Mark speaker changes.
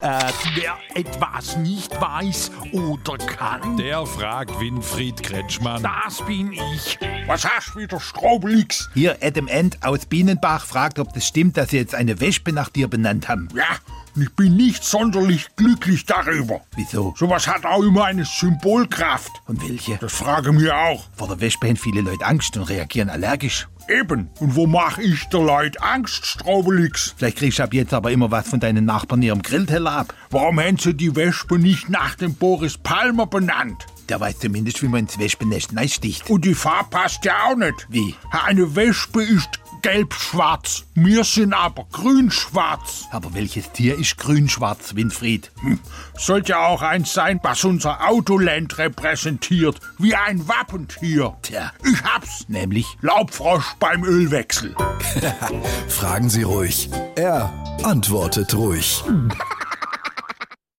Speaker 1: Äh, wer etwas nicht weiß oder kann,
Speaker 2: Der fragt Winfried Kretschmann.
Speaker 1: das bin ich.
Speaker 3: Was hast du wieder, Stroblix?
Speaker 4: Hier, Adam End aus Bienenbach fragt, ob das stimmt, dass sie jetzt eine Wespe nach dir benannt haben.
Speaker 3: Ja, ich bin nicht sonderlich glücklich darüber.
Speaker 4: Wieso?
Speaker 3: Sowas hat auch immer eine Symbolkraft.
Speaker 4: Und welche?
Speaker 3: Das frage mir auch.
Speaker 4: Vor der Wespe haben viele Leute Angst und reagieren allergisch.
Speaker 3: Eben. Und wo mache ich der Leute Angst, Stroblix?
Speaker 4: Vielleicht kriegst du ab jetzt aber immer was von deinen Nachbarn ihrem Grillteller ab.
Speaker 3: Warum haben sie die Wespe nicht nach dem Boris Palmer benannt?
Speaker 4: Der weiß zumindest, wie man ins Wespennest neisticht.
Speaker 3: Und die Farbe passt ja auch nicht.
Speaker 4: Wie?
Speaker 3: Eine Wespe ist gelb-schwarz. Wir sind aber grün-schwarz.
Speaker 4: Aber welches Tier ist grün-schwarz, Winfried?
Speaker 3: Hm. Sollte auch eins sein, was unser Autoland repräsentiert. Wie ein Wappentier.
Speaker 4: Tja.
Speaker 3: Ich hab's.
Speaker 4: Nämlich?
Speaker 3: Laubfrosch beim Ölwechsel.
Speaker 5: Fragen Sie ruhig. Er antwortet ruhig.